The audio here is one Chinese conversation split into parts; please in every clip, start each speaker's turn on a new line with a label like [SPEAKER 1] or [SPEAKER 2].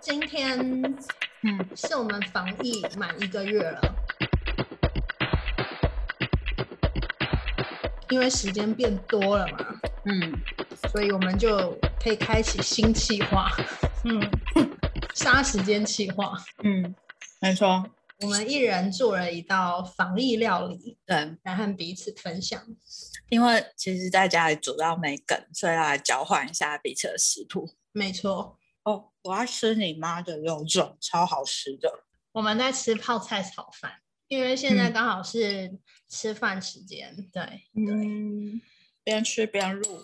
[SPEAKER 1] 今天
[SPEAKER 2] 嗯，
[SPEAKER 1] 是我们防疫满一个月了，因为时间变多了嘛，
[SPEAKER 2] 嗯，
[SPEAKER 1] 所以我们就可以开启新计划，
[SPEAKER 2] 嗯
[SPEAKER 1] 杀时间计划。
[SPEAKER 2] 嗯，没错，
[SPEAKER 1] 我们一人做了一道防疫料理，
[SPEAKER 2] 对，
[SPEAKER 1] 来和彼此分享。
[SPEAKER 2] 因为其实在家里煮到没梗，所以要来交换一下彼此的食谱。
[SPEAKER 1] 没错，
[SPEAKER 2] 哦，我要吃你妈的肉粽，超好吃的。
[SPEAKER 1] 我们在吃泡菜炒饭，因为现在
[SPEAKER 2] 嗯
[SPEAKER 1] 刚好是吃饭时间，对，
[SPEAKER 2] 嗯，边吃边录。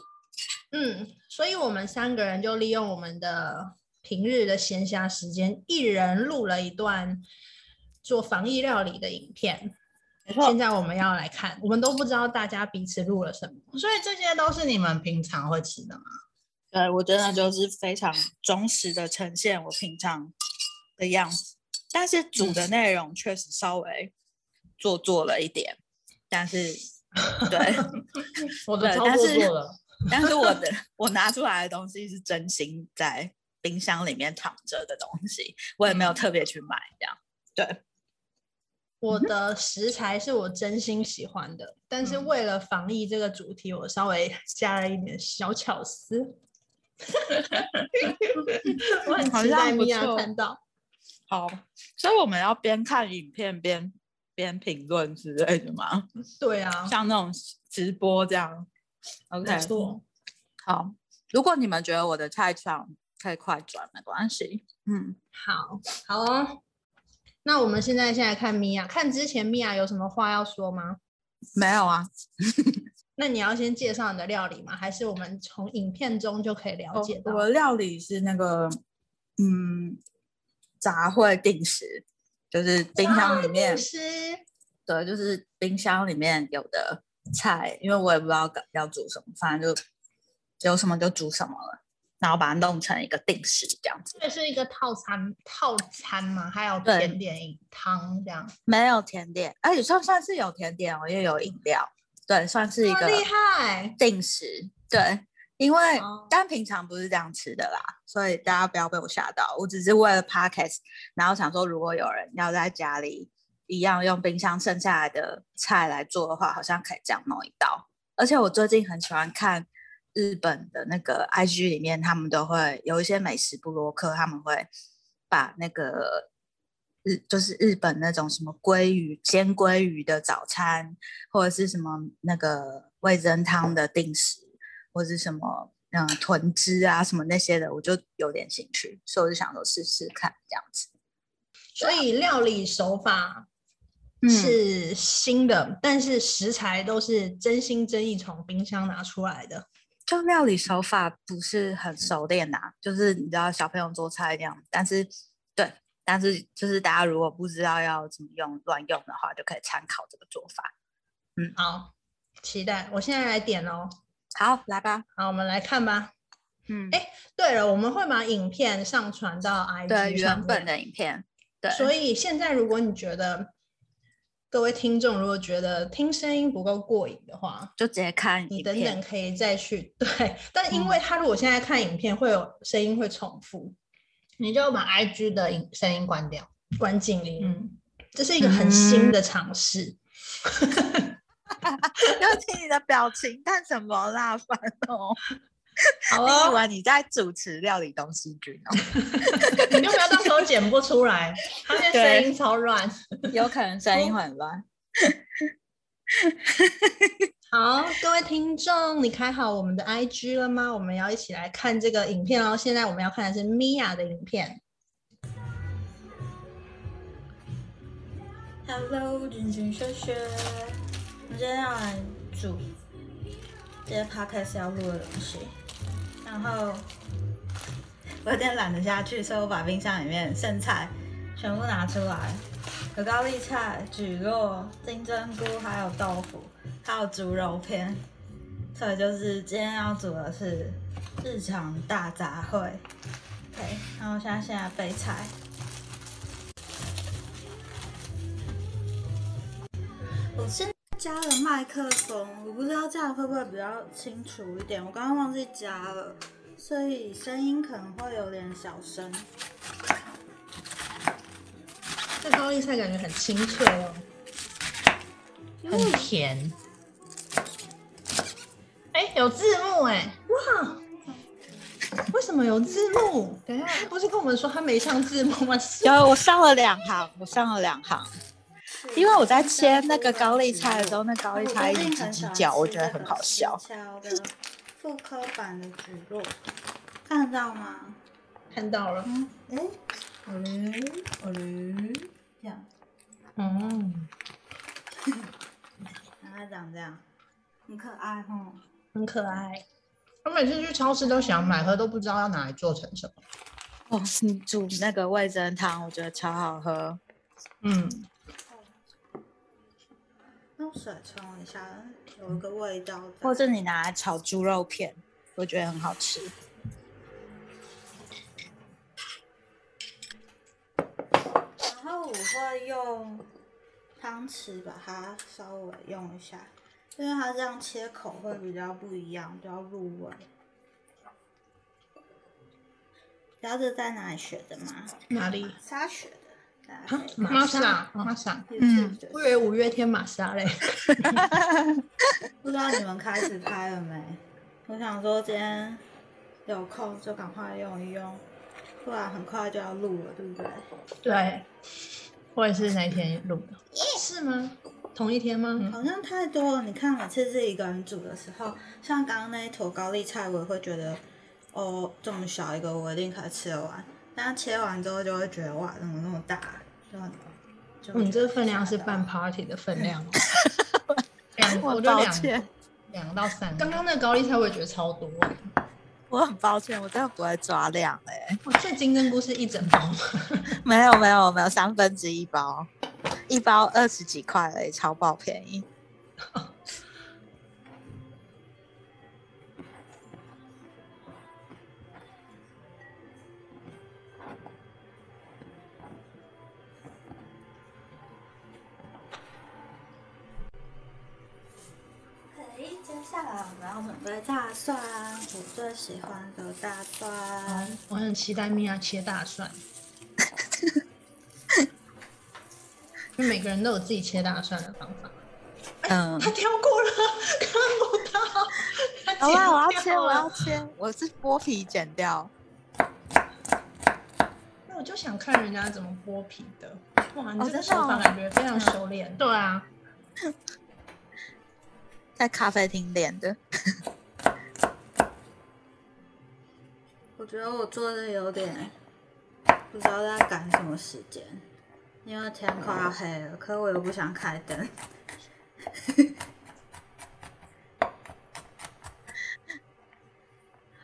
[SPEAKER 1] 嗯，所以我们三个人就利用我们的平日的闲暇时间，一人录了一段做防疫料理的影片。
[SPEAKER 2] 没
[SPEAKER 1] 现
[SPEAKER 2] 错，
[SPEAKER 1] 在我们要来看，我们都不知道大家彼此录了什么，所以这些都是你们平常会吃的吗？
[SPEAKER 2] 对我真的就是非常忠实的呈现我平常的样子，但是煮的内容确实稍微做作了一点，但是 对。
[SPEAKER 1] 我
[SPEAKER 2] 的
[SPEAKER 1] 的
[SPEAKER 2] 超
[SPEAKER 1] 操
[SPEAKER 2] 过
[SPEAKER 1] 作
[SPEAKER 2] 做
[SPEAKER 1] 做了，
[SPEAKER 2] 但是我的 我拿出来的东西是真心在冰箱里面躺着的东西，我也没有特别去买这样。嗯对，
[SPEAKER 1] 我的食材是我真心喜欢的，但是
[SPEAKER 2] 嗯
[SPEAKER 1] 为了防疫这个主题，我稍微加了一点小巧 思。 我很
[SPEAKER 2] 好
[SPEAKER 1] 期待
[SPEAKER 2] 像不
[SPEAKER 1] 米娅
[SPEAKER 2] 错
[SPEAKER 1] 看到。
[SPEAKER 2] 好，所以我们要边看影片边边评论之类的嘛，
[SPEAKER 1] 对啊，
[SPEAKER 2] 像那种直播这样。OK，
[SPEAKER 1] 没错。
[SPEAKER 2] 好，如果你们觉得我的太长，可以快转，没关系。嗯，
[SPEAKER 1] 好，好哦。那我们现在先来看米娅，看之前米娅有什么话要说吗？
[SPEAKER 2] 没有啊，
[SPEAKER 1] 那你要先介绍你的料理吗？还是我们从影片中就可以了解到
[SPEAKER 2] 哦我？我料理是那个，嗯，杂烩定时，就是冰箱里面。
[SPEAKER 1] 是
[SPEAKER 2] 对，就是冰箱里面有的菜，因为我也不知道该要煮什么，反正就有什么就煮什么了，然后把它弄成一个定时这样子。
[SPEAKER 1] 这是一个套餐套餐吗？还有
[SPEAKER 2] 对
[SPEAKER 1] 甜点饮汤这样，
[SPEAKER 2] 没有甜点，而且算算是有甜点哦，也有饮料，对，算是一
[SPEAKER 1] 哇
[SPEAKER 2] 个
[SPEAKER 1] 厉害。
[SPEAKER 2] 定时。对，因为、
[SPEAKER 1] 哦
[SPEAKER 2] 但平常不是这样吃的啦，所以大家不要被我吓到。我只是为了 podcast，然后想说如果有人要在家里一样用冰箱剩下来的菜来做的话，好像可以这样弄一道。而且我最近很喜欢看日本的那个 IG 里面，他们都会有一些美食部落客，他们会把那个日就是日本那种什么鲑鱼煎鲑鱼的早餐，或者是什么那个味噌汤的定时，或是什么嗯豚汁啊什么那些的，我就有点兴趣，所以我就想说试试看这样子。
[SPEAKER 1] 所以料理手法
[SPEAKER 2] 嗯
[SPEAKER 1] 是新的，但是食材都是真心真意从冰箱拿出来的。
[SPEAKER 2] 就料理手法不是很熟练呐、就是你知道小朋友做菜这样，但是对，但是就是大家如果不知道要怎么用乱用的话，就可以参考这个做法。
[SPEAKER 1] 好，期待！我现在来点哦。
[SPEAKER 2] 好，来吧，
[SPEAKER 1] 好，我们来看吧。
[SPEAKER 2] 嗯，
[SPEAKER 1] 哎对了，我们会把影片上传到 IG
[SPEAKER 2] 对，
[SPEAKER 1] 上
[SPEAKER 2] 原
[SPEAKER 1] 面
[SPEAKER 2] 本的影片，对，
[SPEAKER 1] 所以现在如果你觉得各位听众如果觉得听声音不够过瘾的话，
[SPEAKER 2] 就直接看
[SPEAKER 1] 你
[SPEAKER 2] 影
[SPEAKER 1] 等等
[SPEAKER 2] 片，嗯
[SPEAKER 1] 可以再去 对。但因为他如果现在看影片会有声音会重复，你就把 IG 的影声音关掉，关静音。
[SPEAKER 2] 嗯
[SPEAKER 1] 这是一个很新的尝试。
[SPEAKER 2] 要听你的表情，看什么啦，烦哦！
[SPEAKER 1] 好
[SPEAKER 2] 你
[SPEAKER 1] 哦
[SPEAKER 2] 以，为你在主持料理东西君 哦？
[SPEAKER 1] 你就不要到时候剪不出来，他现在声音超乱。
[SPEAKER 2] 有可能声音会很乱。
[SPEAKER 1] 好，各位听众，你开好我们的 IG 了吗？我们要一起来看这个影片哦。现在我们要看的是 Mia 的影片。
[SPEAKER 2] Hello，君君轩轩，我们今天要来煮这些 podcast 要录的东西，然后我有点懒得下去，所以我把冰箱里面剩菜全部拿出来，有高丽菜、蒟蒻、金针菇，还有豆腐，还有猪肉片，所以就是今天要煮的是日常大杂烩。OK，然后现在现在备菜。我现在加了麦克风，我不知道这样会不会比较清楚一点。我刚刚忘记加了，所以声音可能会有点小声。
[SPEAKER 1] 那高丽菜感觉很清脆哦，很甜。哎、有字幕哎、哇！为什么有字幕？等一下，他不是跟我们说他没上字幕吗？是
[SPEAKER 2] 有，我上了两行，我上了两行，因为我在切那个高丽菜的时候，那高丽菜一直叽叽叫，我觉得很好笑。
[SPEAKER 3] 的妇科版的蒟蒻，看得到吗？
[SPEAKER 1] 看到了，
[SPEAKER 3] 嗯，哎，我
[SPEAKER 2] 嗯
[SPEAKER 3] 嘞，我嘞，这样，
[SPEAKER 1] 嗯，
[SPEAKER 3] 然后它长这样，很可爱哦哈。
[SPEAKER 1] 很可爱。我每次去超市都想买，可都不知道要拿来做成什么。
[SPEAKER 2] 哦，你煮那个味噌汤，我觉得超好喝。
[SPEAKER 1] 嗯，
[SPEAKER 3] 用水冲一下，有一个味道在。
[SPEAKER 2] 或者你拿来炒猪肉片，我觉得很好吃。
[SPEAKER 3] 然后我会用汤匙把它稍微用一下，因为它这样切口会比较不一样，比较入味。你知道这在哪里学的吗？
[SPEAKER 1] 哪里？
[SPEAKER 3] 莎学的，大家
[SPEAKER 1] 啊
[SPEAKER 3] 可以，
[SPEAKER 1] 玛莎，玛莎，
[SPEAKER 3] 嗯，
[SPEAKER 1] 我以为五月天玛莎嘞。
[SPEAKER 3] 不知道你们开始拍了没？我想说今天有空就赶快用一用，不然很快就要录了，对不对？
[SPEAKER 1] 对，我也是那一天录的。是吗？同一天吗？
[SPEAKER 2] 嗯
[SPEAKER 3] 好像太多了。你看，每次自己一个人煮的时候，像刚刚那一坨高丽菜，我也会觉得，哦，这么小一个，我一定可以吃得完。但切完之后就会觉得，哇，怎么那么大、啊？就很就
[SPEAKER 1] 嗯，你这个分量是
[SPEAKER 3] 半
[SPEAKER 1] 办 party 的分量哦。 两，
[SPEAKER 2] 我
[SPEAKER 1] 我
[SPEAKER 2] 很
[SPEAKER 1] 就
[SPEAKER 2] 抱
[SPEAKER 1] 两
[SPEAKER 2] 歉，
[SPEAKER 1] 两到三。刚刚那个高丽菜我也觉得超多欸，
[SPEAKER 2] 我很抱歉，我真的不会抓量哎、
[SPEAKER 1] 哇，所以金针菇是一整包吗？
[SPEAKER 2] 没有没有没有，三分之一包，一包二十几块而已，超爆便宜。
[SPEAKER 3] 哎，接下来我们要准备大蒜，我最喜欢的大蒜。
[SPEAKER 2] 嗯
[SPEAKER 1] 我很期待米娅切大 蒜，因为每个人都有自己切大蒜的方法。
[SPEAKER 2] 嗯，
[SPEAKER 1] 他跳过了， 看
[SPEAKER 2] 好啊
[SPEAKER 1] 不到。
[SPEAKER 2] 啦，我
[SPEAKER 1] 他
[SPEAKER 2] 要
[SPEAKER 1] 剪
[SPEAKER 2] 切，
[SPEAKER 1] 掉
[SPEAKER 2] 我要
[SPEAKER 1] 了。
[SPEAKER 2] 切， 我是剥皮剪掉。
[SPEAKER 1] 那我就想看人家怎么剥皮的。哇，你
[SPEAKER 2] 哦
[SPEAKER 1] 这
[SPEAKER 2] 真
[SPEAKER 1] 个
[SPEAKER 2] 的
[SPEAKER 1] 手法
[SPEAKER 2] 哦
[SPEAKER 1] 感觉非常熟练。对啊，
[SPEAKER 2] 在咖啡厅练的，
[SPEAKER 3] 我觉得我做的有点不知道在赶什么时间，因为天快
[SPEAKER 1] 嗯
[SPEAKER 3] 要黑了，可我又不想开 灯。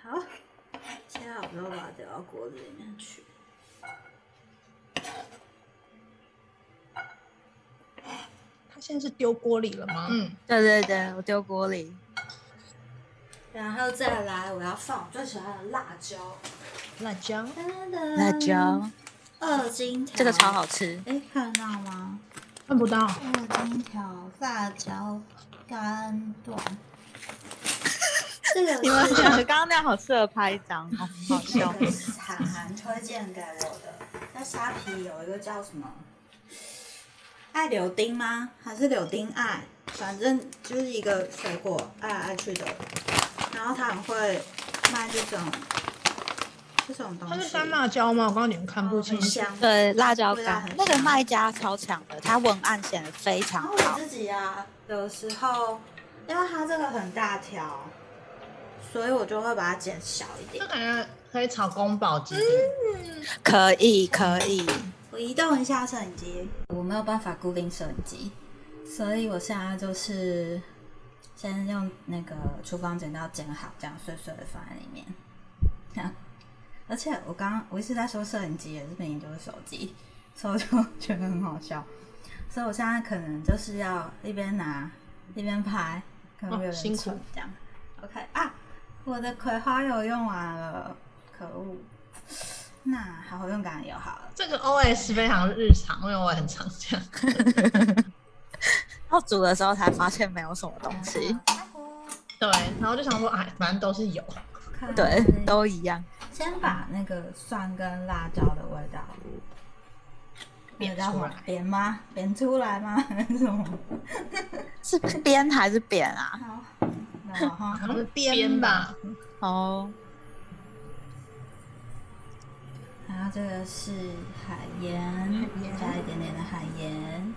[SPEAKER 3] 好，现在我就把它丢到锅子里面去。
[SPEAKER 1] 他现在是丢锅里了吗？嗯，
[SPEAKER 2] 对对对，我丢锅里。
[SPEAKER 3] 然后再来，我要放我最喜欢的辣椒，
[SPEAKER 1] 辣椒。
[SPEAKER 3] 噔噔
[SPEAKER 2] 辣椒，
[SPEAKER 3] 二荆条，
[SPEAKER 2] 这个超好吃。
[SPEAKER 3] 哎，看得到吗？
[SPEAKER 1] 看不到，
[SPEAKER 3] 二荆条辣椒干段，这个
[SPEAKER 2] 你们觉 得刚刚那样好适合拍一张哦，好笑。
[SPEAKER 3] 是韩寒推荐给我的，在虾皮有一个叫什么爱柳丁吗？还是柳丁爱？反正就是一个水果爱来爱去的，然后他很会卖这种这种东西，
[SPEAKER 1] 它是酸辣椒吗？我刚刚你们看不清
[SPEAKER 2] 哦
[SPEAKER 3] 嗯很
[SPEAKER 1] 楚。
[SPEAKER 3] 香。
[SPEAKER 2] 对，辣椒
[SPEAKER 3] 味道
[SPEAKER 2] 干
[SPEAKER 3] 很
[SPEAKER 2] 那个
[SPEAKER 3] 香
[SPEAKER 2] 卖家超强的，他文案写的非常
[SPEAKER 3] 然后
[SPEAKER 2] 好
[SPEAKER 3] 我。自己啊，有时候因为它这个很大条，所以我就会把它剪小一
[SPEAKER 1] 这
[SPEAKER 3] 点。
[SPEAKER 1] 感觉可以炒宫保鸡丁。
[SPEAKER 2] 嗯可以，可以。
[SPEAKER 3] 我移动一下摄影机，我没有办法固定摄影机，所以我现在就是先用那个厨房剪刀剪好，这样碎碎的放在里面。 这样而且我刚刚我一直在说摄影机，也是明明就是手机，所以我就觉得很好笑。所以我现在可能就是要一边拿一边拍，可能会有
[SPEAKER 1] 哦辛
[SPEAKER 3] 点
[SPEAKER 1] 苦
[SPEAKER 3] 蠢这样。OK 啊，我的葵花油用完了，可恶。那好，我用橄榄油好了。
[SPEAKER 1] 这个 OS 非常日常，因为我很常这样。
[SPEAKER 2] 要煮的
[SPEAKER 3] 嗯
[SPEAKER 2] 时候才发现没有什么东西。
[SPEAKER 1] 对，然后就想说，哎，反正都是有。
[SPEAKER 2] 嗯
[SPEAKER 3] OK，看。
[SPEAKER 2] 对，都一样。
[SPEAKER 3] 先把那个蒜跟辣椒的味道，
[SPEAKER 1] 煸
[SPEAKER 3] 那叫什
[SPEAKER 1] 出
[SPEAKER 3] 么
[SPEAKER 1] 来
[SPEAKER 3] 煸吗？煸出来吗？ 还是什么？
[SPEAKER 2] 是边还是扁啊？
[SPEAKER 3] 好，那我哈
[SPEAKER 1] 好像是边吧，
[SPEAKER 2] 哦，
[SPEAKER 3] 然后这个是海盐，加一点点的海盐，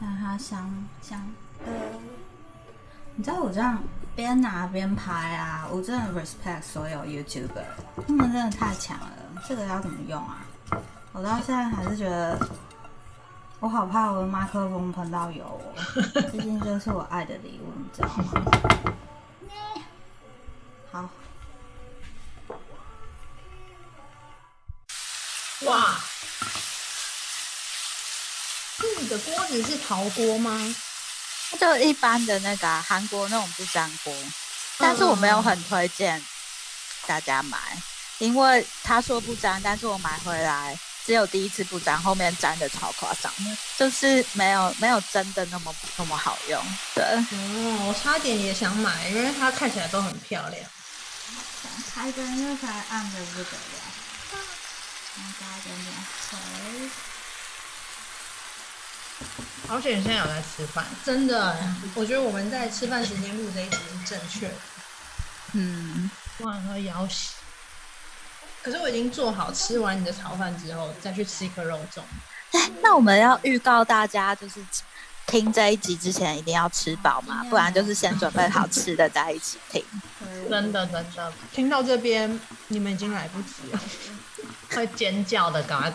[SPEAKER 3] 让它香香的。你知道我这样边拿边拍啊，我真的 respect 所有 YouTuber，他们真的太强了。这个要怎么用啊？我到现在还是觉得，我好怕我的麦克风喷到油哦。 毕竟这是我爱的礼物，你知道吗？好，
[SPEAKER 1] 哇！是你的锅子是陶锅吗？
[SPEAKER 2] 那就一般的那个啊韩、国那种不粘锅，但是我没有很推荐大家买，因为他说不粘，但是我买回来只有第一次不粘，后面粘的超夸张，就是没有没有真的那么那么好用。对，
[SPEAKER 1] 哦，我差点也想买，因为它看起来都很漂亮。
[SPEAKER 3] 开灯又才暗的不得了，然后加一点点水，
[SPEAKER 1] 好险现在有在吃饭，真的欸，我觉得我们在吃饭时间录这一集是正确的。
[SPEAKER 2] 嗯，
[SPEAKER 1] 哇，要咬死！可是我已经做好吃完你的炒饭之后，再去吃一颗肉粽。
[SPEAKER 2] 哎，那我们要预告大家就是。听这一集之前一定要吃饱
[SPEAKER 3] 一定
[SPEAKER 2] 嘛，
[SPEAKER 3] 要
[SPEAKER 2] 不然就是先准备好吃的再一起听。
[SPEAKER 3] 对
[SPEAKER 1] 真的真的，听到这边你们已经来不及了，会尖叫的，赶快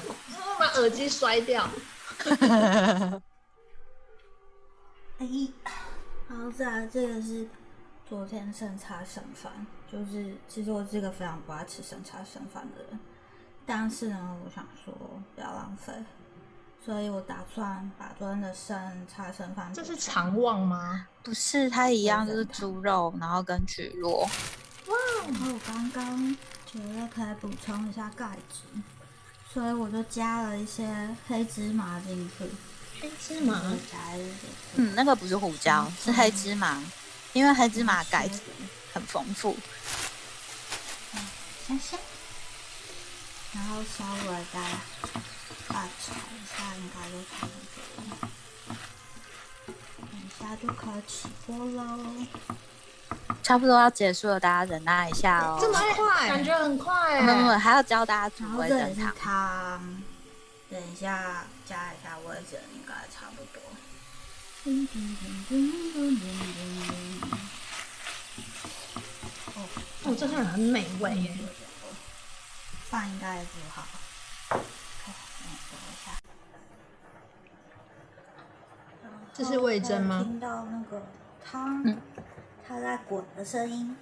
[SPEAKER 1] 把耳机摔掉。
[SPEAKER 3] 哎，然后再来这个是昨天剩菜剩饭，就是其实我是一个非常不爱吃剩菜剩饭的人，但是呢，我想说不要浪费，所以我打算把昨天的剩菜剩饭
[SPEAKER 1] 这是肠旺吗？
[SPEAKER 2] 不是，它一样就是
[SPEAKER 3] 真的
[SPEAKER 2] 猪肉，然后跟曲肉。
[SPEAKER 3] 然后我刚刚觉得可以补充一下钙质，所以我就加了一些黑芝麻进去，
[SPEAKER 1] 黑芝
[SPEAKER 3] 就
[SPEAKER 1] 麻
[SPEAKER 3] 是加一点
[SPEAKER 2] 嗯，那个不是胡椒，是黑芝麻，因为黑芝麻钙质很丰富。
[SPEAKER 3] 香香，然后稍微再把炒一下，应该就差不多了。等一嗯下就可以起锅喽。
[SPEAKER 2] 差不多要结束了，大家忍耐一下哦。
[SPEAKER 1] 这么快，感觉很快
[SPEAKER 2] 没有没有
[SPEAKER 1] 哎。
[SPEAKER 2] 还要教大家
[SPEAKER 3] 然
[SPEAKER 2] 煮
[SPEAKER 3] 后
[SPEAKER 2] 味
[SPEAKER 3] 这里
[SPEAKER 2] 增
[SPEAKER 3] 是
[SPEAKER 2] 汤。
[SPEAKER 3] 汤，等一下加一下味精，应该差不多。叮叮叮叮叮叮叮叮叮
[SPEAKER 1] 哦，这看起来很美味耶。
[SPEAKER 3] 饭应该也煮好了。哎等我一下
[SPEAKER 1] 这是味噌吗
[SPEAKER 3] 然后哦听到那个汤
[SPEAKER 2] 嗯，
[SPEAKER 3] 它在滚的声音，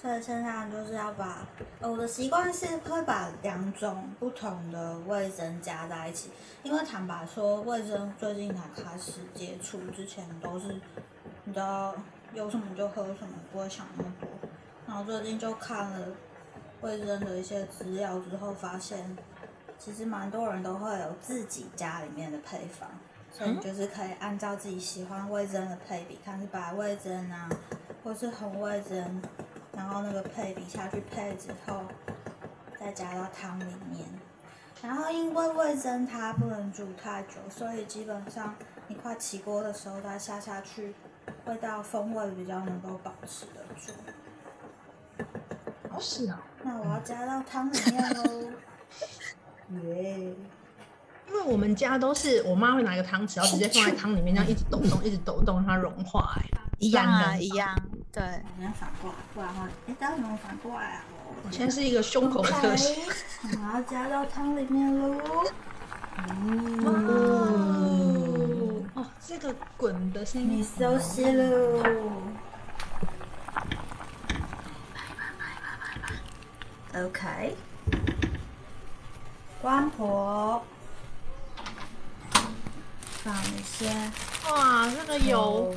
[SPEAKER 3] 所以剩下的就是要把，呃我的习惯是会把两种不同的味噌加在一起，因为坦白说，味噌最近才开始接触，之前都是你知道有什么就喝什么，不会想那么多。然后最近就看了味噌的一些资料之后，发现其实蛮多人都会有自己家里面的配方，所以你就是可以按照自己喜欢味噌的配比，看是白味噌啊，或是红味噌，然后那个配比下去配之后，再加到汤里面。然后因为味噌它不能煮太久，所以基本上你快起锅的时候再下下去，味道风味比较能够保持得住。
[SPEAKER 1] 哦，是啊，
[SPEAKER 3] 那我要加到汤里面喽。耶！
[SPEAKER 1] 因为我们家都是我妈会拿一个汤匙，然后直接放在汤里面，这样一直抖动，一直抖动，让它融化哎。
[SPEAKER 2] 一样
[SPEAKER 1] 懒
[SPEAKER 2] 啊，
[SPEAKER 1] 人
[SPEAKER 2] 一样。对，
[SPEAKER 3] 我们要反过来，不然的话，哎，大家有没有反过来啊？
[SPEAKER 1] 我 现在是一个胸口的特写。
[SPEAKER 3] 我们要加到汤里面喽。
[SPEAKER 1] 哦，哦，这个滚的声
[SPEAKER 3] 你
[SPEAKER 1] 音，
[SPEAKER 3] 休息喽。OK，关火，放一些
[SPEAKER 1] 哇，这个油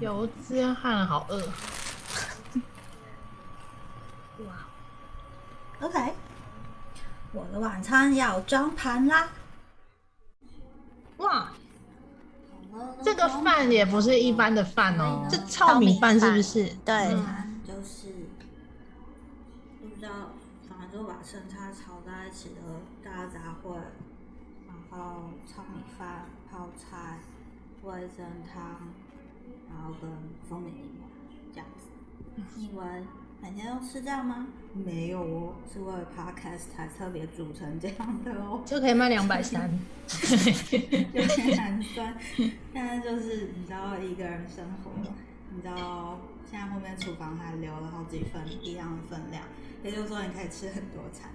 [SPEAKER 3] 油。
[SPEAKER 1] 油脂汗好饿。哇，
[SPEAKER 3] OK，我的晚餐要装盘啦。
[SPEAKER 1] 哇，这个饭也嗯
[SPEAKER 3] 嗯
[SPEAKER 1] 不是一般的饭哦，这糙米饭是不是？
[SPEAKER 2] 对
[SPEAKER 1] 嗯
[SPEAKER 3] 就是就比较，反正就把剩菜炒在一起的大杂烩，然后糙米饭、泡菜、味增汤，然后跟蜂蜜柠檬这样子。
[SPEAKER 1] 嗯
[SPEAKER 3] 你以为每天都吃这样吗？没有哦，是为了 podcast 才特别煮成这样的哦。
[SPEAKER 1] 就可以卖两百三。
[SPEAKER 3] 有点寒酸，但是就是你知道一个人生活，你知道现在后面厨房还留了好几份一样的分量，也就是说你可以吃很多餐。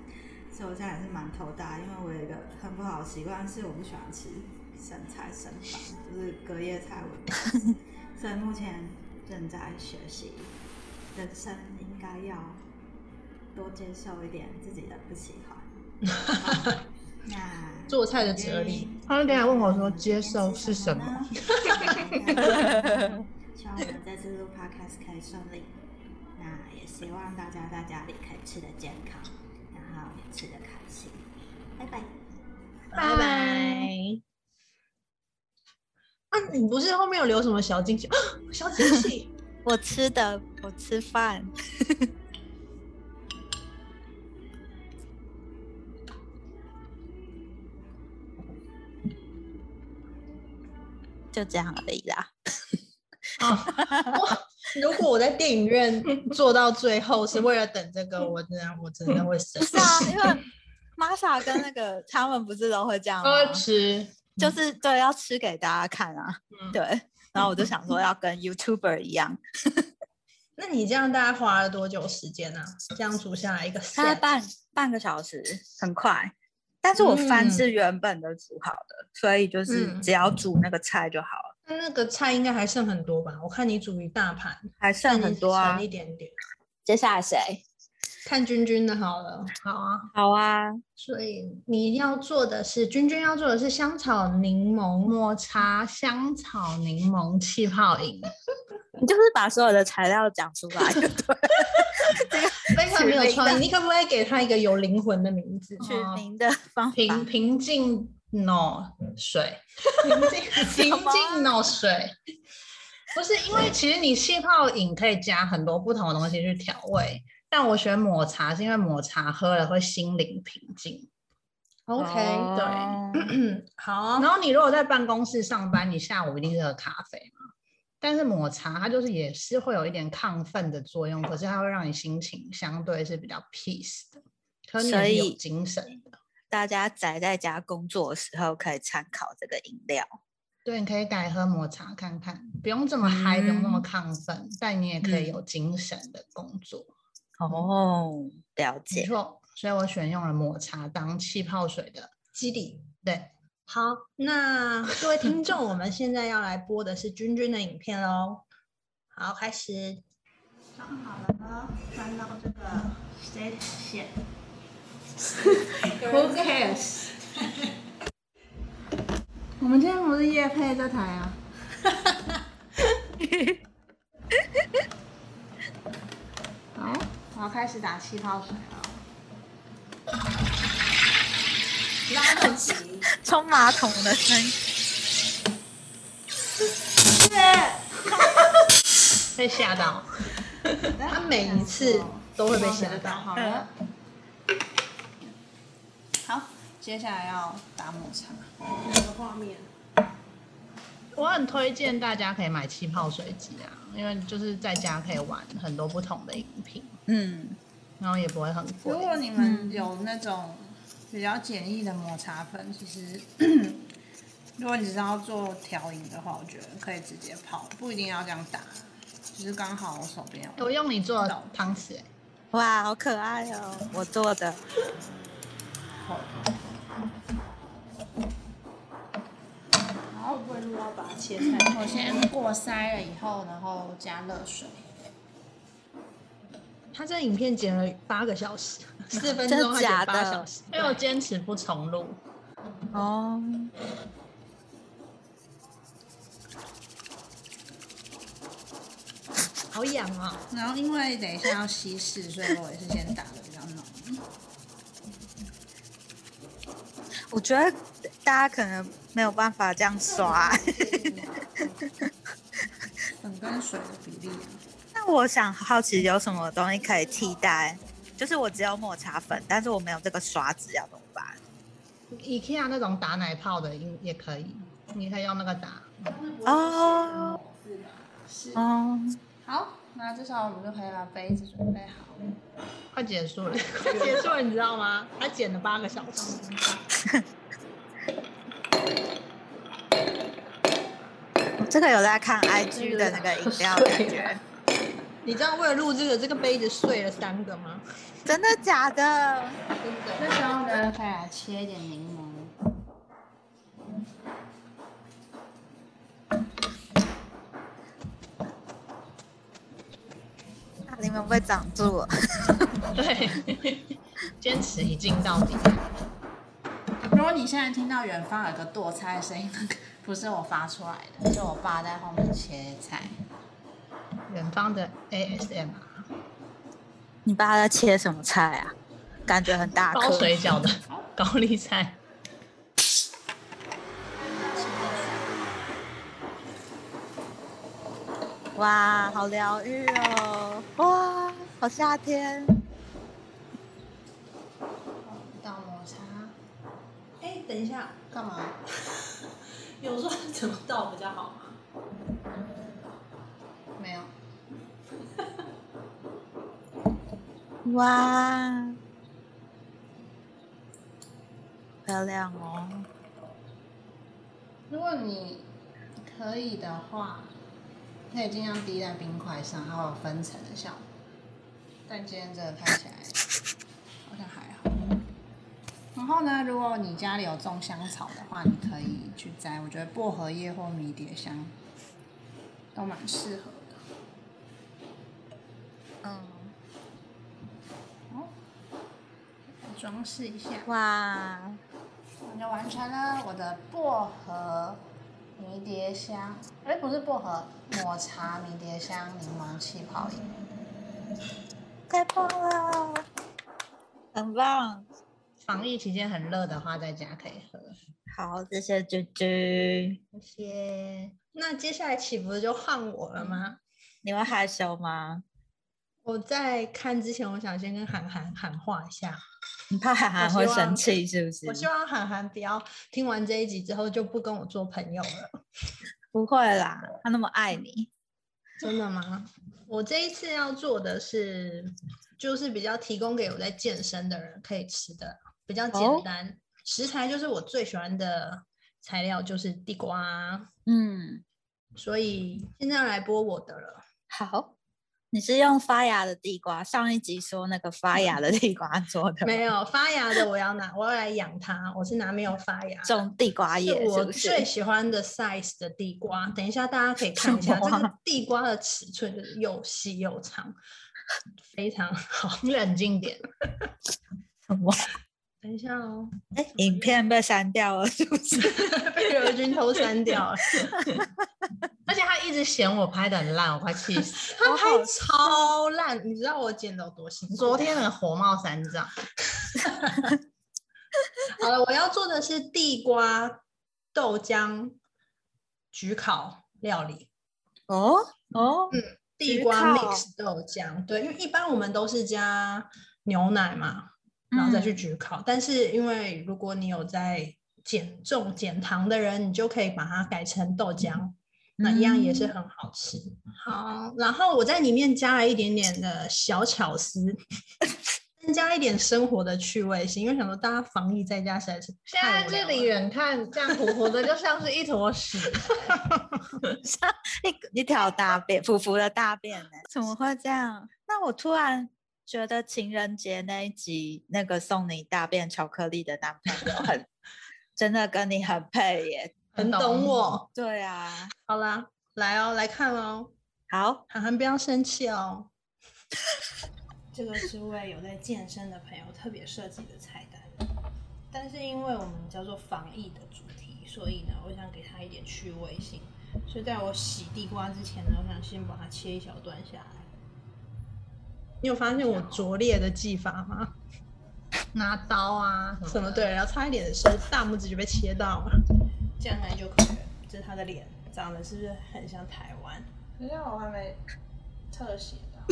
[SPEAKER 3] 所以我现在也是蛮头大，因为我有一个很不好的习惯，是我不喜欢吃生菜生饭，就是隔夜菜我不爱吃所以目前正在学习，人生应该要多接受一点自己的不喜欢。好那
[SPEAKER 1] 做菜的哲理。他等一下问我说：“接受是什么？”
[SPEAKER 3] 希望我们这次录 podcast 可以顺利，那也希望大家在家里可以吃的健康，然后也吃的开心。拜拜。
[SPEAKER 1] 拜拜。啊，你不是后面有留什么小惊喜？啊小惊 喜，
[SPEAKER 2] 我吃的，我吃饭。 就这样而已啦。
[SPEAKER 1] 啊！哇如果我在电影院做到最后是为了等这个，我真的我真的会生
[SPEAKER 2] 是啊，因为 Masa 跟那个他们不是都会这样吗？
[SPEAKER 1] 歌词
[SPEAKER 2] 就是对，要吃给大家看啊。
[SPEAKER 1] 嗯
[SPEAKER 2] 对，然后我就想说要 跟 YouTuber 一样，
[SPEAKER 1] 那你这样大概花了多久时间呢、啊？这样煮下来一个
[SPEAKER 2] 大概
[SPEAKER 1] set，
[SPEAKER 2] 半半个小时，很快。但是我饭
[SPEAKER 1] 嗯
[SPEAKER 2] 是原本的煮好的，所以就是
[SPEAKER 1] 嗯
[SPEAKER 2] 只要煮那个菜就好了，
[SPEAKER 1] 那那个菜应该还剩很多吧？我看你煮一大盘，
[SPEAKER 2] 还剩
[SPEAKER 1] 那
[SPEAKER 2] 很
[SPEAKER 1] 你
[SPEAKER 2] 多啊
[SPEAKER 1] 盛一。点点。
[SPEAKER 2] 接下来谁？
[SPEAKER 1] 看君君的好了，好啊。
[SPEAKER 2] 好啊，
[SPEAKER 1] 所以你要做的是，君君要做的是香草柠檬抹茶香草柠檬气泡饮，
[SPEAKER 2] 你就是把所有的材料讲出来就对了，
[SPEAKER 1] 非常没有创意。你可不可以给他一个有灵魂的名字？
[SPEAKER 2] 取名的哦方法。
[SPEAKER 1] 平平静 no 水，平静
[SPEAKER 2] 什
[SPEAKER 1] 平
[SPEAKER 2] 么
[SPEAKER 1] 静 no 水，不是因为其实你气泡饮可以加很多不同的东西去调味，但我选抹茶是因为抹茶喝了会心灵平静。OK，、
[SPEAKER 2] 哦
[SPEAKER 1] 对， 嗯好。啊然后你如果在办公室上班，你下午一定是喝咖啡嘛？但是抹茶它就是也是会有一点亢奋的作用，可是它会让你心情相对是比较 peace 的，可是你
[SPEAKER 2] 所
[SPEAKER 1] 也是有
[SPEAKER 2] 以
[SPEAKER 1] 精神的。
[SPEAKER 2] 大家宅在家工作的时候可以参考这个饮料。
[SPEAKER 1] 对，你可以改喝抹茶看看，不用这么嗨、不用
[SPEAKER 2] 嗯
[SPEAKER 1] 那么亢奋，但你也可以有精神的工作。
[SPEAKER 2] 哦，了
[SPEAKER 1] 没
[SPEAKER 2] 解。
[SPEAKER 1] 错，所以我选用了抹茶当气泡水的基底。对，好，那各位听众，我们现在要来播的是君君的影片喽。好，开始。
[SPEAKER 3] 装好了
[SPEAKER 1] 哦
[SPEAKER 3] 吗？翻到这个 state 线。
[SPEAKER 1] Who cares？我们今天不是夜配这台 啊。好，我要开始打气泡水了。
[SPEAKER 3] 拉到齐。
[SPEAKER 2] 冲马桶的声音，
[SPEAKER 1] 被吓到，他每一次都会被吓到。
[SPEAKER 3] 好了。好，接下来要打抹茶。
[SPEAKER 1] 我很推荐大家可以买气泡水机啊，因为就是在家可以玩很多不同的饮品，
[SPEAKER 2] 嗯，
[SPEAKER 1] 然后也不会很贵
[SPEAKER 3] 如。果你们有那种比较简易的抹茶粉，其实如果你知道做调饮的话，我觉得可以直接泡，不一定要这样打。就是刚好我手边有
[SPEAKER 1] 我嗯用你做的汤匙、欸，
[SPEAKER 2] 哇，好可爱哦！我做的，
[SPEAKER 3] 好，不会要把它切开。我先过筛了以后，然后加热水。
[SPEAKER 1] 他这影片剪了八个小时， 四分钟他剪八小时，因为我坚持不重录。
[SPEAKER 2] 哦，
[SPEAKER 1] 好痒啊、
[SPEAKER 3] 然后因为等一下要稀释，所以我也是先打的比较浓。
[SPEAKER 2] 我觉得大家可能没有办法这样刷。
[SPEAKER 3] 粉跟水的比例啊，啊
[SPEAKER 2] 那我想好奇有什么东西可以替代就是我只有抹茶粉，但是我没有这个刷子，要怎么办？
[SPEAKER 1] IKEA 那种打奶泡的应也可以，你可以用那个打。
[SPEAKER 2] 哦
[SPEAKER 1] 是
[SPEAKER 2] 哦，
[SPEAKER 1] 好，那至少我们就可以把杯子准备好。快结束 了，快结束了，你知道吗？还剪了八个小时。
[SPEAKER 3] 嗯
[SPEAKER 2] 这个有在看 IG 的那个饮料，感觉
[SPEAKER 1] 你知道为了录这个，这个杯子碎了三个吗？
[SPEAKER 2] 真的啊假的？
[SPEAKER 1] 真的。
[SPEAKER 3] 那时候呢，可以来切一点柠檬。
[SPEAKER 2] 那你们会长住了？
[SPEAKER 1] 对，坚持一镜到底。
[SPEAKER 3] 如果你现在听到远方有个剁菜的声音，那个不是我发出来的，是我爸在后面切菜。
[SPEAKER 1] 远方的 ASM
[SPEAKER 2] 你爸在切什么菜啊？感觉很大
[SPEAKER 1] 包
[SPEAKER 2] 颗。
[SPEAKER 1] 水饺的高丽菜，
[SPEAKER 2] 哇，好疗愈哦！哇，好夏天。
[SPEAKER 1] 到抹茶。
[SPEAKER 4] 哎，等一下，
[SPEAKER 1] 干嘛？
[SPEAKER 4] 有说怎么倒比较好啊吗？
[SPEAKER 1] 没有。
[SPEAKER 2] 哇，漂亮哦！
[SPEAKER 1] 如果你可以的话，可以尽量滴在冰块上，它会有分层的效果。但今天这个看起来好像还好。然后呢，如果你家里有种香草的话，你可以去摘。我觉得薄荷叶或迷迭香都蛮适合的。
[SPEAKER 2] 嗯，
[SPEAKER 1] 好，装饰一下。
[SPEAKER 2] 哇，
[SPEAKER 1] 我就完成了我的薄荷迷迭香，哎，不是薄荷，抹茶迷迭香柠檬气泡饮。
[SPEAKER 2] 太棒了，很棒！
[SPEAKER 1] 防疫期间很热的话，在家可以喝。
[SPEAKER 2] 好，谢谢啾啾。
[SPEAKER 1] 谢谢。那接下来岂不是就换我了吗？
[SPEAKER 2] 你会害羞吗？
[SPEAKER 1] 我在看之前，我想先跟韩寒喊话一下。
[SPEAKER 4] 嗯
[SPEAKER 2] 你怕涵涵
[SPEAKER 1] 我
[SPEAKER 2] 会
[SPEAKER 1] 希望
[SPEAKER 2] 生气是不是？
[SPEAKER 1] 我希望韩寒不要听完这一集之后就不跟我做朋友了。
[SPEAKER 2] 不会啦，他那么爱你。
[SPEAKER 1] 真的吗？我这一次要做的是，就是比较提供给有在健身的人可以吃的，比较
[SPEAKER 2] 哦
[SPEAKER 1] 简单。食材就是我最喜欢的材料，就是地瓜，
[SPEAKER 2] 嗯，
[SPEAKER 1] 所以现在要来播我的了。
[SPEAKER 2] 好。你是用发芽的地瓜，上一集说那个发芽的地瓜做的吗，
[SPEAKER 1] 没有发芽的，我要拿，我要来养它。我是拿没有发芽的，
[SPEAKER 2] 种地瓜
[SPEAKER 1] 是
[SPEAKER 2] 叶
[SPEAKER 1] 我
[SPEAKER 2] 是不是？
[SPEAKER 1] 最喜欢的 size 的地瓜。等一下大家可以看一下，这
[SPEAKER 2] 什
[SPEAKER 1] 个
[SPEAKER 2] 么啊
[SPEAKER 1] 地瓜的尺寸就是又细又长，非常 好。你冷静点，
[SPEAKER 2] 什么？
[SPEAKER 1] 等一下哦。
[SPEAKER 2] 哎、影片被删掉了是不是？
[SPEAKER 1] 被刘军偷删掉了，而且他一直嫌我拍的很烂，我快气 死 了。他
[SPEAKER 2] 我
[SPEAKER 1] 拍
[SPEAKER 2] 好
[SPEAKER 1] 超烂，你知道我剪的有多辛苦？ 昨天那个火冒三丈。好了，我要做的是地瓜豆浆焗烤料理，
[SPEAKER 2] 哦哦，
[SPEAKER 1] 地
[SPEAKER 2] 焗
[SPEAKER 1] 瓜
[SPEAKER 2] 烤
[SPEAKER 1] mix 豆浆。对，因为一般我们都是加牛奶嘛，然后再
[SPEAKER 2] 嗯
[SPEAKER 4] 嗯
[SPEAKER 1] 去焗烤。但是因为如果你有在减重减糖的人，你就可以把它改成豆浆，
[SPEAKER 4] 嗯
[SPEAKER 1] 那一样也是很好吃。好，然后我在里面加了一点点的小巧思。 增加一点生活的趣味性，因为想说大家防疫在家实在是
[SPEAKER 4] 现在
[SPEAKER 1] 太无聊
[SPEAKER 4] 这
[SPEAKER 1] 了
[SPEAKER 4] 里远看这样糊糊的，就像是一坨屎。
[SPEAKER 2] 一一条大便，浮浮的大便呢、怎么会这样？那我突然觉得情人节那一集那个送你大便巧克力的男朋友很， 真的跟你很配耶。
[SPEAKER 1] 很懂我。
[SPEAKER 2] 对啊，
[SPEAKER 1] 好啦，来哦，来看哦，
[SPEAKER 2] 好，
[SPEAKER 1] 涵涵不要生气哦。
[SPEAKER 4] 这个是为有在健身的朋友特别设计的菜单，但是因为我们叫做防疫的主题，所以呢，我想给它一点趣味性。所以在我洗地瓜之前呢，我想先把它切一小段下来。
[SPEAKER 1] 你有发现我拙劣的技法吗？
[SPEAKER 4] 拿刀啊
[SPEAKER 1] 什么对，然后差一点的时候大拇指就被切到了。
[SPEAKER 4] 这样呢就可以了。这是他的脸，长得是不是很像台湾？可是我还没特写到，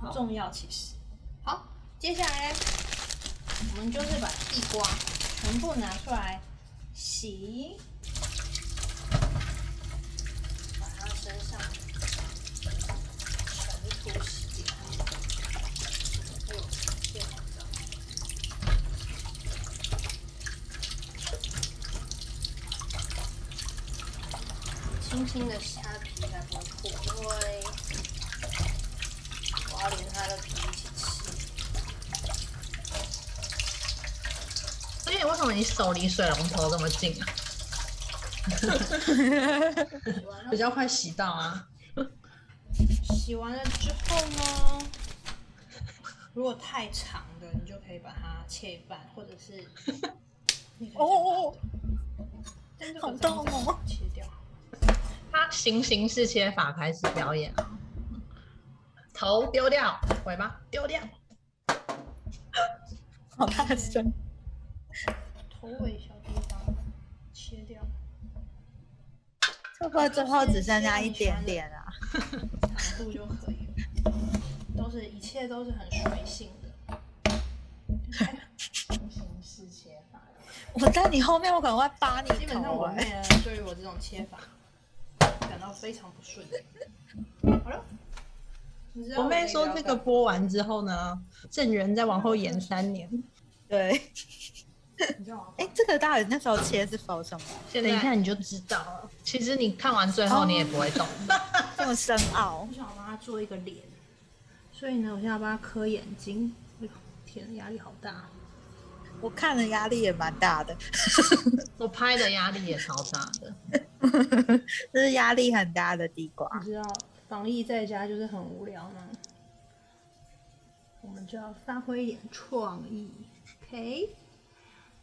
[SPEAKER 4] 不重要其实。好，接下来我们就是把地瓜全部拿出来洗，把它身上全部洗掉。哎呦，这好脏！轻轻的虾皮才不会破，因为我要连它的皮一起吃。
[SPEAKER 1] 而且为什么你手离水龙头这么近啊？
[SPEAKER 4] 洗完了
[SPEAKER 1] 比较快洗到啊。
[SPEAKER 4] 洗完了之后呢，如果太长的，你就可以把它切一半，或者是你可以
[SPEAKER 2] 哦
[SPEAKER 4] 这样子
[SPEAKER 2] 好痛哦，
[SPEAKER 4] 切掉。
[SPEAKER 1] 他行刑式切法开始表演啊，头丢掉，尾巴丢掉，
[SPEAKER 2] 好大声，
[SPEAKER 4] 头尾小地方切掉，
[SPEAKER 2] 会不会最后只剩下一点点啊？
[SPEAKER 4] 长度就可以了，都是一切都是很随性的。行式切法，
[SPEAKER 2] 我在你后面，我可能会扒你
[SPEAKER 4] 基本上
[SPEAKER 2] 头
[SPEAKER 4] 我
[SPEAKER 2] 哎、
[SPEAKER 4] 妹呢，对于我这种切法感到非常不顺眼。好了，你知道
[SPEAKER 1] 我妹
[SPEAKER 4] 们
[SPEAKER 1] 说这个播完之后呢，郑源再往后延三年。
[SPEAKER 2] 对，
[SPEAKER 4] 你知道吗？
[SPEAKER 2] 哎、这个到底那时候切是否什么？
[SPEAKER 1] 现在等一下你就知道了。其实你看完最后你也不会懂。
[SPEAKER 2] 这么深奥
[SPEAKER 4] 我？想帮她做一个脸，所以呢，我现在要帮她磕眼睛。哎呦，天，压力好大。
[SPEAKER 2] 我看了压力也蛮大的，
[SPEAKER 1] 我拍的压力也超大的。
[SPEAKER 2] 这是压力很大的地瓜。
[SPEAKER 4] 你知道防疫在家就是很无聊吗？我们就要发挥一点创意，OK？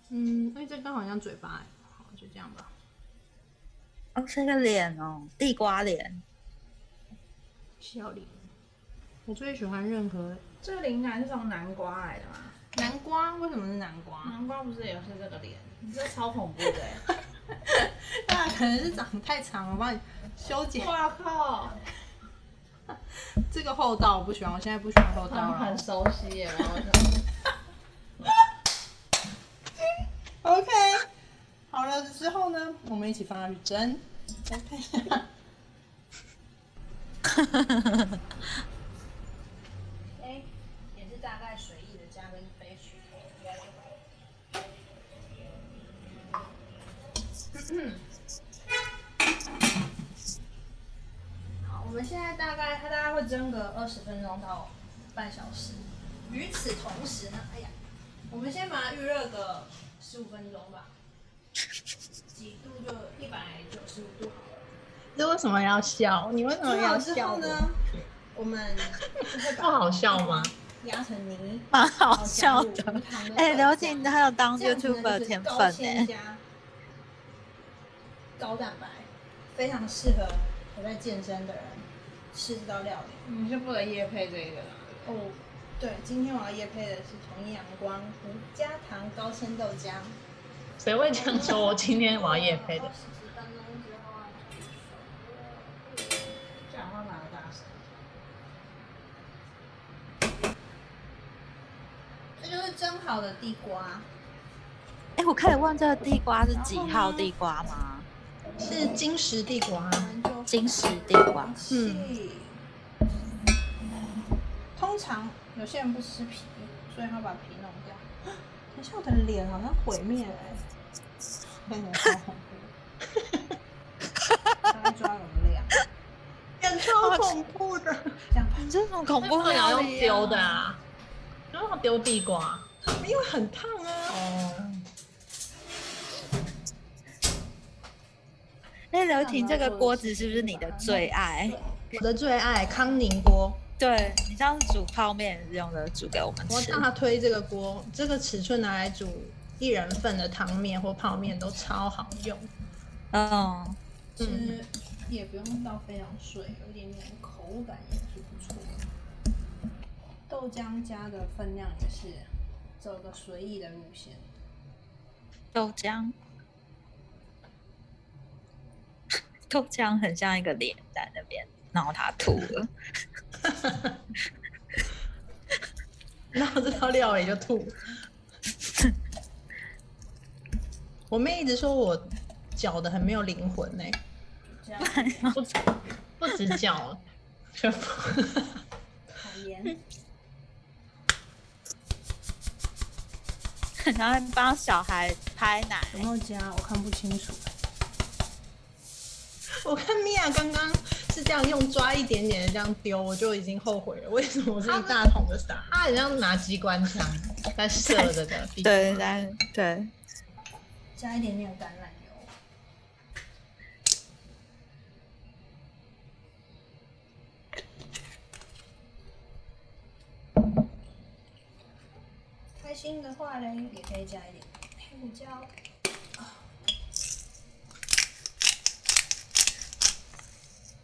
[SPEAKER 4] 嗯，哎，这刚好像嘴巴，好，就这样吧。
[SPEAKER 2] 哦，是个脸哦，地瓜脸。
[SPEAKER 4] 笑脸。我最喜欢任何这个灵感是从南瓜来的吗？南瓜为什么是南瓜？南瓜不是也是这个脸？你这超恐怖的。那可能是长太长了，我帮你修剪。哇靠！这个厚道我不喜欢，我现在不喜欢厚道了。很熟悉耶，我 OK，好了之后呢，我们一起放下去蒸。OK。哎，也是大概随意的加跟杯水，应该就好了。 好，我们现在大概它大概会蒸个二十分钟到半小时。与此同时呢，哎呀，我们先把它预热个十五分钟吧，几度就一百九十五度好了。
[SPEAKER 1] 这为什么要笑？你为什
[SPEAKER 5] 嗯
[SPEAKER 1] 么
[SPEAKER 4] 蒸
[SPEAKER 1] 要
[SPEAKER 4] 好之
[SPEAKER 1] 笑
[SPEAKER 4] 后呢？，我们会
[SPEAKER 1] 不
[SPEAKER 4] 把
[SPEAKER 5] 哦
[SPEAKER 1] 好笑吗？
[SPEAKER 4] 压成泥，
[SPEAKER 2] 蛮好笑的。哎、
[SPEAKER 4] 了
[SPEAKER 2] 刘
[SPEAKER 4] 解
[SPEAKER 2] 姐，你还有当
[SPEAKER 4] 这样子呢
[SPEAKER 2] YouTuber
[SPEAKER 4] 就是
[SPEAKER 2] 天分
[SPEAKER 4] 高纤
[SPEAKER 2] 哎、
[SPEAKER 4] 加高蛋白，非常适合有在健身的人吃这道料理。
[SPEAKER 5] 你是不能夜配这个啦。
[SPEAKER 4] 哦，对，今天我要夜配的是同一阳光无加糖高纤豆浆。
[SPEAKER 1] 谁会这样说？我今天我要夜配的。
[SPEAKER 4] 讲话蛮大声。这就是蒸好的地瓜，
[SPEAKER 2] 哎，我可以问这个地瓜是几号地瓜吗？
[SPEAKER 1] 是金石地瓜，
[SPEAKER 4] 我们就
[SPEAKER 2] 金石地瓜。
[SPEAKER 4] 嗯，通常有些人不吃皮，所以他把皮弄掉。等一下，我的脸好像毁 灭了、欸，看起来超恐怖。大概抓容 量，
[SPEAKER 1] 感超恐怖的。
[SPEAKER 4] 这样吧。
[SPEAKER 2] 你这是什么恐
[SPEAKER 1] 为什
[SPEAKER 2] 怖
[SPEAKER 1] 么
[SPEAKER 2] 料
[SPEAKER 1] 要用
[SPEAKER 2] 理、啊？
[SPEAKER 1] 丢的啊？为什么丢地瓜？
[SPEAKER 4] 因为很烫啊。
[SPEAKER 1] 哦，
[SPEAKER 2] 哎，刘婷，这个锅子是不是你的最爱？
[SPEAKER 1] 我的最爱康宁锅，
[SPEAKER 2] 对你上次煮泡面也是用的煮给我们
[SPEAKER 1] 我
[SPEAKER 2] 吃，
[SPEAKER 1] 大推这个锅，这个尺寸拿来煮一人份的汤面或泡面都超好用。
[SPEAKER 2] 嗯，
[SPEAKER 4] 其实也不用到非常碎，有一点点口感也是不错的。豆浆加的分量也是走个随意的路线。
[SPEAKER 2] 豆浆， 豆浆很像一个脸在那边，然后他吐了。
[SPEAKER 1] 然后这道料理就吐。我妹一直说我搅的很没有灵魂欸呢、
[SPEAKER 4] 这样子
[SPEAKER 1] 不止 不止搅，全部
[SPEAKER 4] 好盐，
[SPEAKER 2] 然后帮小孩拍奶，
[SPEAKER 4] 有没有加？我看不清楚。
[SPEAKER 1] 我看米娅刚刚是这样用抓一点点的这样丢，我就已经后悔了。为什么我是一大桶的撒？她很像拿机关枪在射这个。
[SPEAKER 2] 对，对对对，
[SPEAKER 4] 加一点点橄榄油，开心的话嘞，也可以加一点黑胡椒。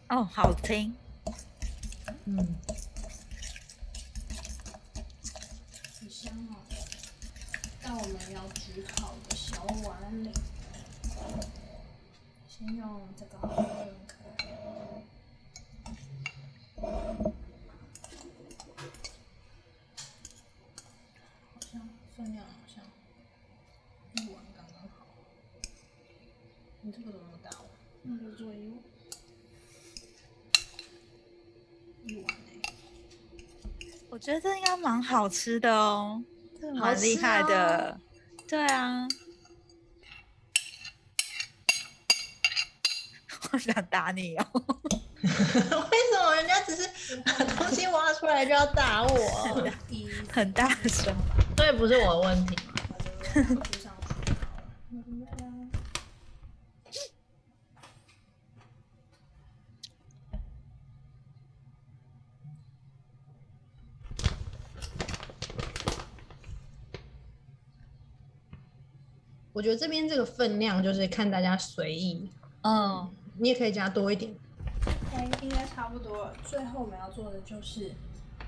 [SPEAKER 2] 哦，好听，
[SPEAKER 1] 嗯，
[SPEAKER 4] 很香哦。但我们要焗烤的小碗里，先用这个好了好像分量好像一碗刚刚好。你这个怎么那么大碗？那就做一碗，一碗哎、
[SPEAKER 2] 我觉得应该蛮好吃的哦，
[SPEAKER 1] 这
[SPEAKER 2] 蛮厉害的，对啊。 我想打你哦！
[SPEAKER 1] 啊 为什么人家只是把东西挖出来就要打我？
[SPEAKER 4] 一
[SPEAKER 2] 很大声
[SPEAKER 1] 所以不是我的问题。
[SPEAKER 4] 把这个放到桌上去好了那怎么样
[SPEAKER 1] 我觉得这边这个分量就是看大家随意，
[SPEAKER 2] 嗯，
[SPEAKER 1] 你也可以加多一点。
[SPEAKER 4] 哎，应该差不多了。最后我们要做的就是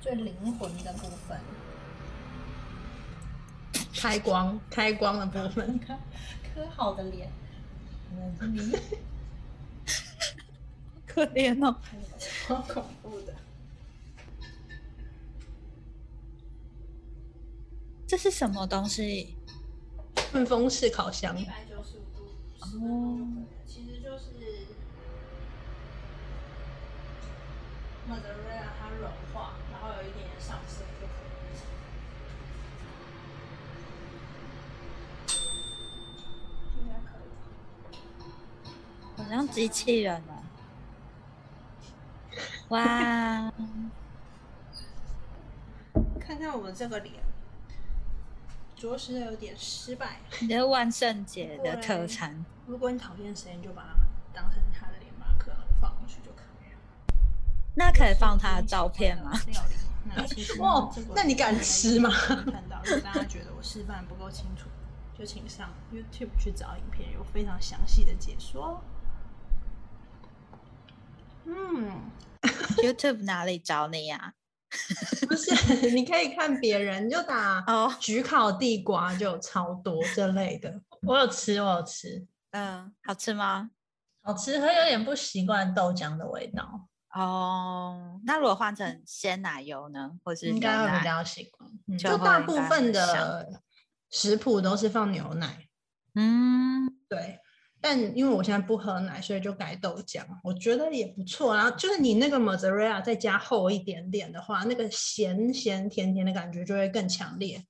[SPEAKER 4] 最灵魂的部分，
[SPEAKER 1] 开光，开光的部分，
[SPEAKER 4] 磕好的脸，我们的梨，
[SPEAKER 2] 可怜哦。
[SPEAKER 4] 超恐怖的。
[SPEAKER 2] 这是什么东西？
[SPEAKER 1] 顺风式烤箱。
[SPEAKER 4] 百九十五度，十分钟就可以了。其实就是 mozzarella 它融化，然后有一点点上色就可以了。应该可以。
[SPEAKER 2] 好像机器人啊！ 哇，
[SPEAKER 4] 看看我们这个脸，着实的有点失败。
[SPEAKER 2] 你的万圣节的特产，
[SPEAKER 4] 如果你讨厌谁，你就把它当成他的脸，把它刻上去放上去就可以了。
[SPEAKER 2] 那可以放他的照片 吗？
[SPEAKER 4] 料理，那其实
[SPEAKER 1] 哇
[SPEAKER 4] 这个
[SPEAKER 1] 那你敢吃吗
[SPEAKER 4] 看到，如果大家觉得我示范不够清楚，就请上 YouTube 去找影片，有非常详细的解说。哦嗯，
[SPEAKER 2] YouTube 哪里找你啊呀、
[SPEAKER 1] 不是，你可以看别人，你就打
[SPEAKER 2] 哦，
[SPEAKER 1] 焗烤地瓜就有超多这类的。我有吃，我有吃，
[SPEAKER 2] 嗯，好吃吗？
[SPEAKER 1] 好吃，可有点不习惯豆浆的味道，
[SPEAKER 2] 哦，那如果换成鲜奶油呢，或是
[SPEAKER 1] 应
[SPEAKER 2] 牛
[SPEAKER 1] 该会比
[SPEAKER 2] 奶？
[SPEAKER 1] 较习惯。嗯
[SPEAKER 2] 就
[SPEAKER 1] 就
[SPEAKER 2] 会
[SPEAKER 1] 大
[SPEAKER 2] 应
[SPEAKER 1] 部
[SPEAKER 2] 该很
[SPEAKER 1] 分的
[SPEAKER 2] 像
[SPEAKER 1] 食谱都是放牛奶，
[SPEAKER 2] 嗯，
[SPEAKER 1] 对。但因为我现在不喝奶，所以就改豆浆，我觉得也不错。然后就是你那个 mozzarella 再加厚一点点的话，那个咸咸甜甜的感觉就会更强烈。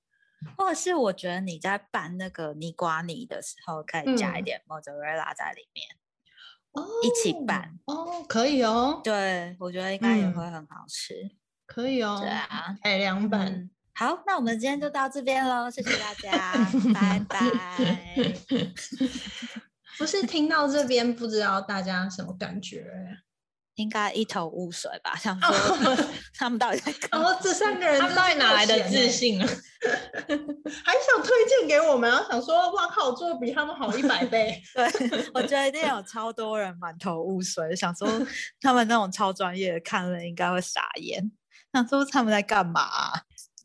[SPEAKER 2] 或者是我觉得你在拌那个泥瓜泥的时候，可以加一
[SPEAKER 1] 嗯
[SPEAKER 2] 点 mozzarella 在里面，
[SPEAKER 1] 哦，
[SPEAKER 2] 一起拌。
[SPEAKER 1] 哦，可以哦，
[SPEAKER 2] 对，我觉得应该也
[SPEAKER 1] 嗯
[SPEAKER 2] 会很好吃。
[SPEAKER 1] 可以哦，
[SPEAKER 2] 对啊。
[SPEAKER 1] 改良版。
[SPEAKER 2] 嗯，好，那我们今天就到这边喽，谢谢大 家，拜拜。
[SPEAKER 1] 不是听到这边，不知道大家什么感觉欸？
[SPEAKER 2] 应该一头雾水吧？想说 他们到底在干
[SPEAKER 1] 然
[SPEAKER 2] 嘛？
[SPEAKER 1] 后这三个人真
[SPEAKER 5] 哦他们
[SPEAKER 1] 是
[SPEAKER 5] 到底哪
[SPEAKER 1] 冒
[SPEAKER 5] 来的
[SPEAKER 1] 险
[SPEAKER 5] 自
[SPEAKER 1] 欸？
[SPEAKER 5] 信啊？
[SPEAKER 1] 还想推荐给我们，然后想说，哇靠，我做的比他们好一百倍。
[SPEAKER 2] 对，我觉得一定有超多人满头雾水，想说他们那种超专业的看了应该会傻眼，想说他们在干嘛啊、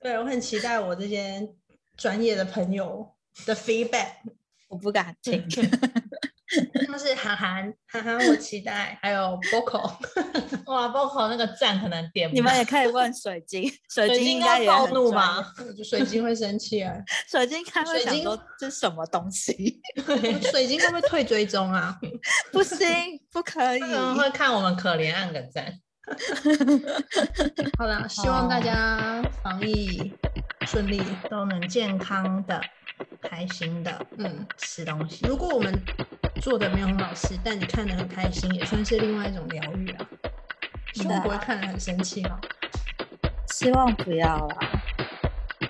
[SPEAKER 1] 对我很期待我这 些专业的朋友的 feedback。
[SPEAKER 2] 我不敢听。
[SPEAKER 5] 像是韩寒，韩寒我期待，还有 Boco，哇，Boco 那个赞可能点
[SPEAKER 2] 你们
[SPEAKER 5] 满
[SPEAKER 2] 也可以问水晶，水
[SPEAKER 5] 水
[SPEAKER 2] 晶
[SPEAKER 5] 晶
[SPEAKER 2] 应
[SPEAKER 5] 应
[SPEAKER 2] 该
[SPEAKER 5] 该
[SPEAKER 2] 也
[SPEAKER 5] 暴
[SPEAKER 2] 很
[SPEAKER 5] 怒
[SPEAKER 2] 专业？
[SPEAKER 5] 吧？水晶会生气啊，
[SPEAKER 2] 水晶看会
[SPEAKER 5] 水
[SPEAKER 2] 想
[SPEAKER 5] 晶
[SPEAKER 2] 说这是什么东西？
[SPEAKER 5] 水晶会不会退追踪啊？
[SPEAKER 2] 不行，不可以
[SPEAKER 5] 他。可能会看我们可怜按个赞。好啦，希望大家防疫顺利，都能健康的、开心的，嗯，吃东西。
[SPEAKER 1] 如果我们做的没有很好吃，但你看得很开心，也算是另外一种疗愈啊。希望不会看得很生气哈。
[SPEAKER 2] 希望不要啦。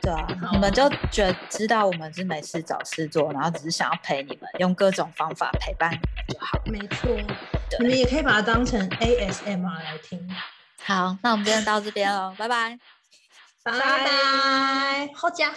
[SPEAKER 2] 对啊，
[SPEAKER 5] 好
[SPEAKER 2] 你们
[SPEAKER 5] 啊
[SPEAKER 2] 就觉知道我们是没事找事做，然后只是想要陪你们，用各种方法陪伴你们就好。
[SPEAKER 1] 没错，你们也可以把它当成 ASMR 来听。
[SPEAKER 2] 好，那我们今天到这边喽，拜拜。
[SPEAKER 5] 拜拜，好家。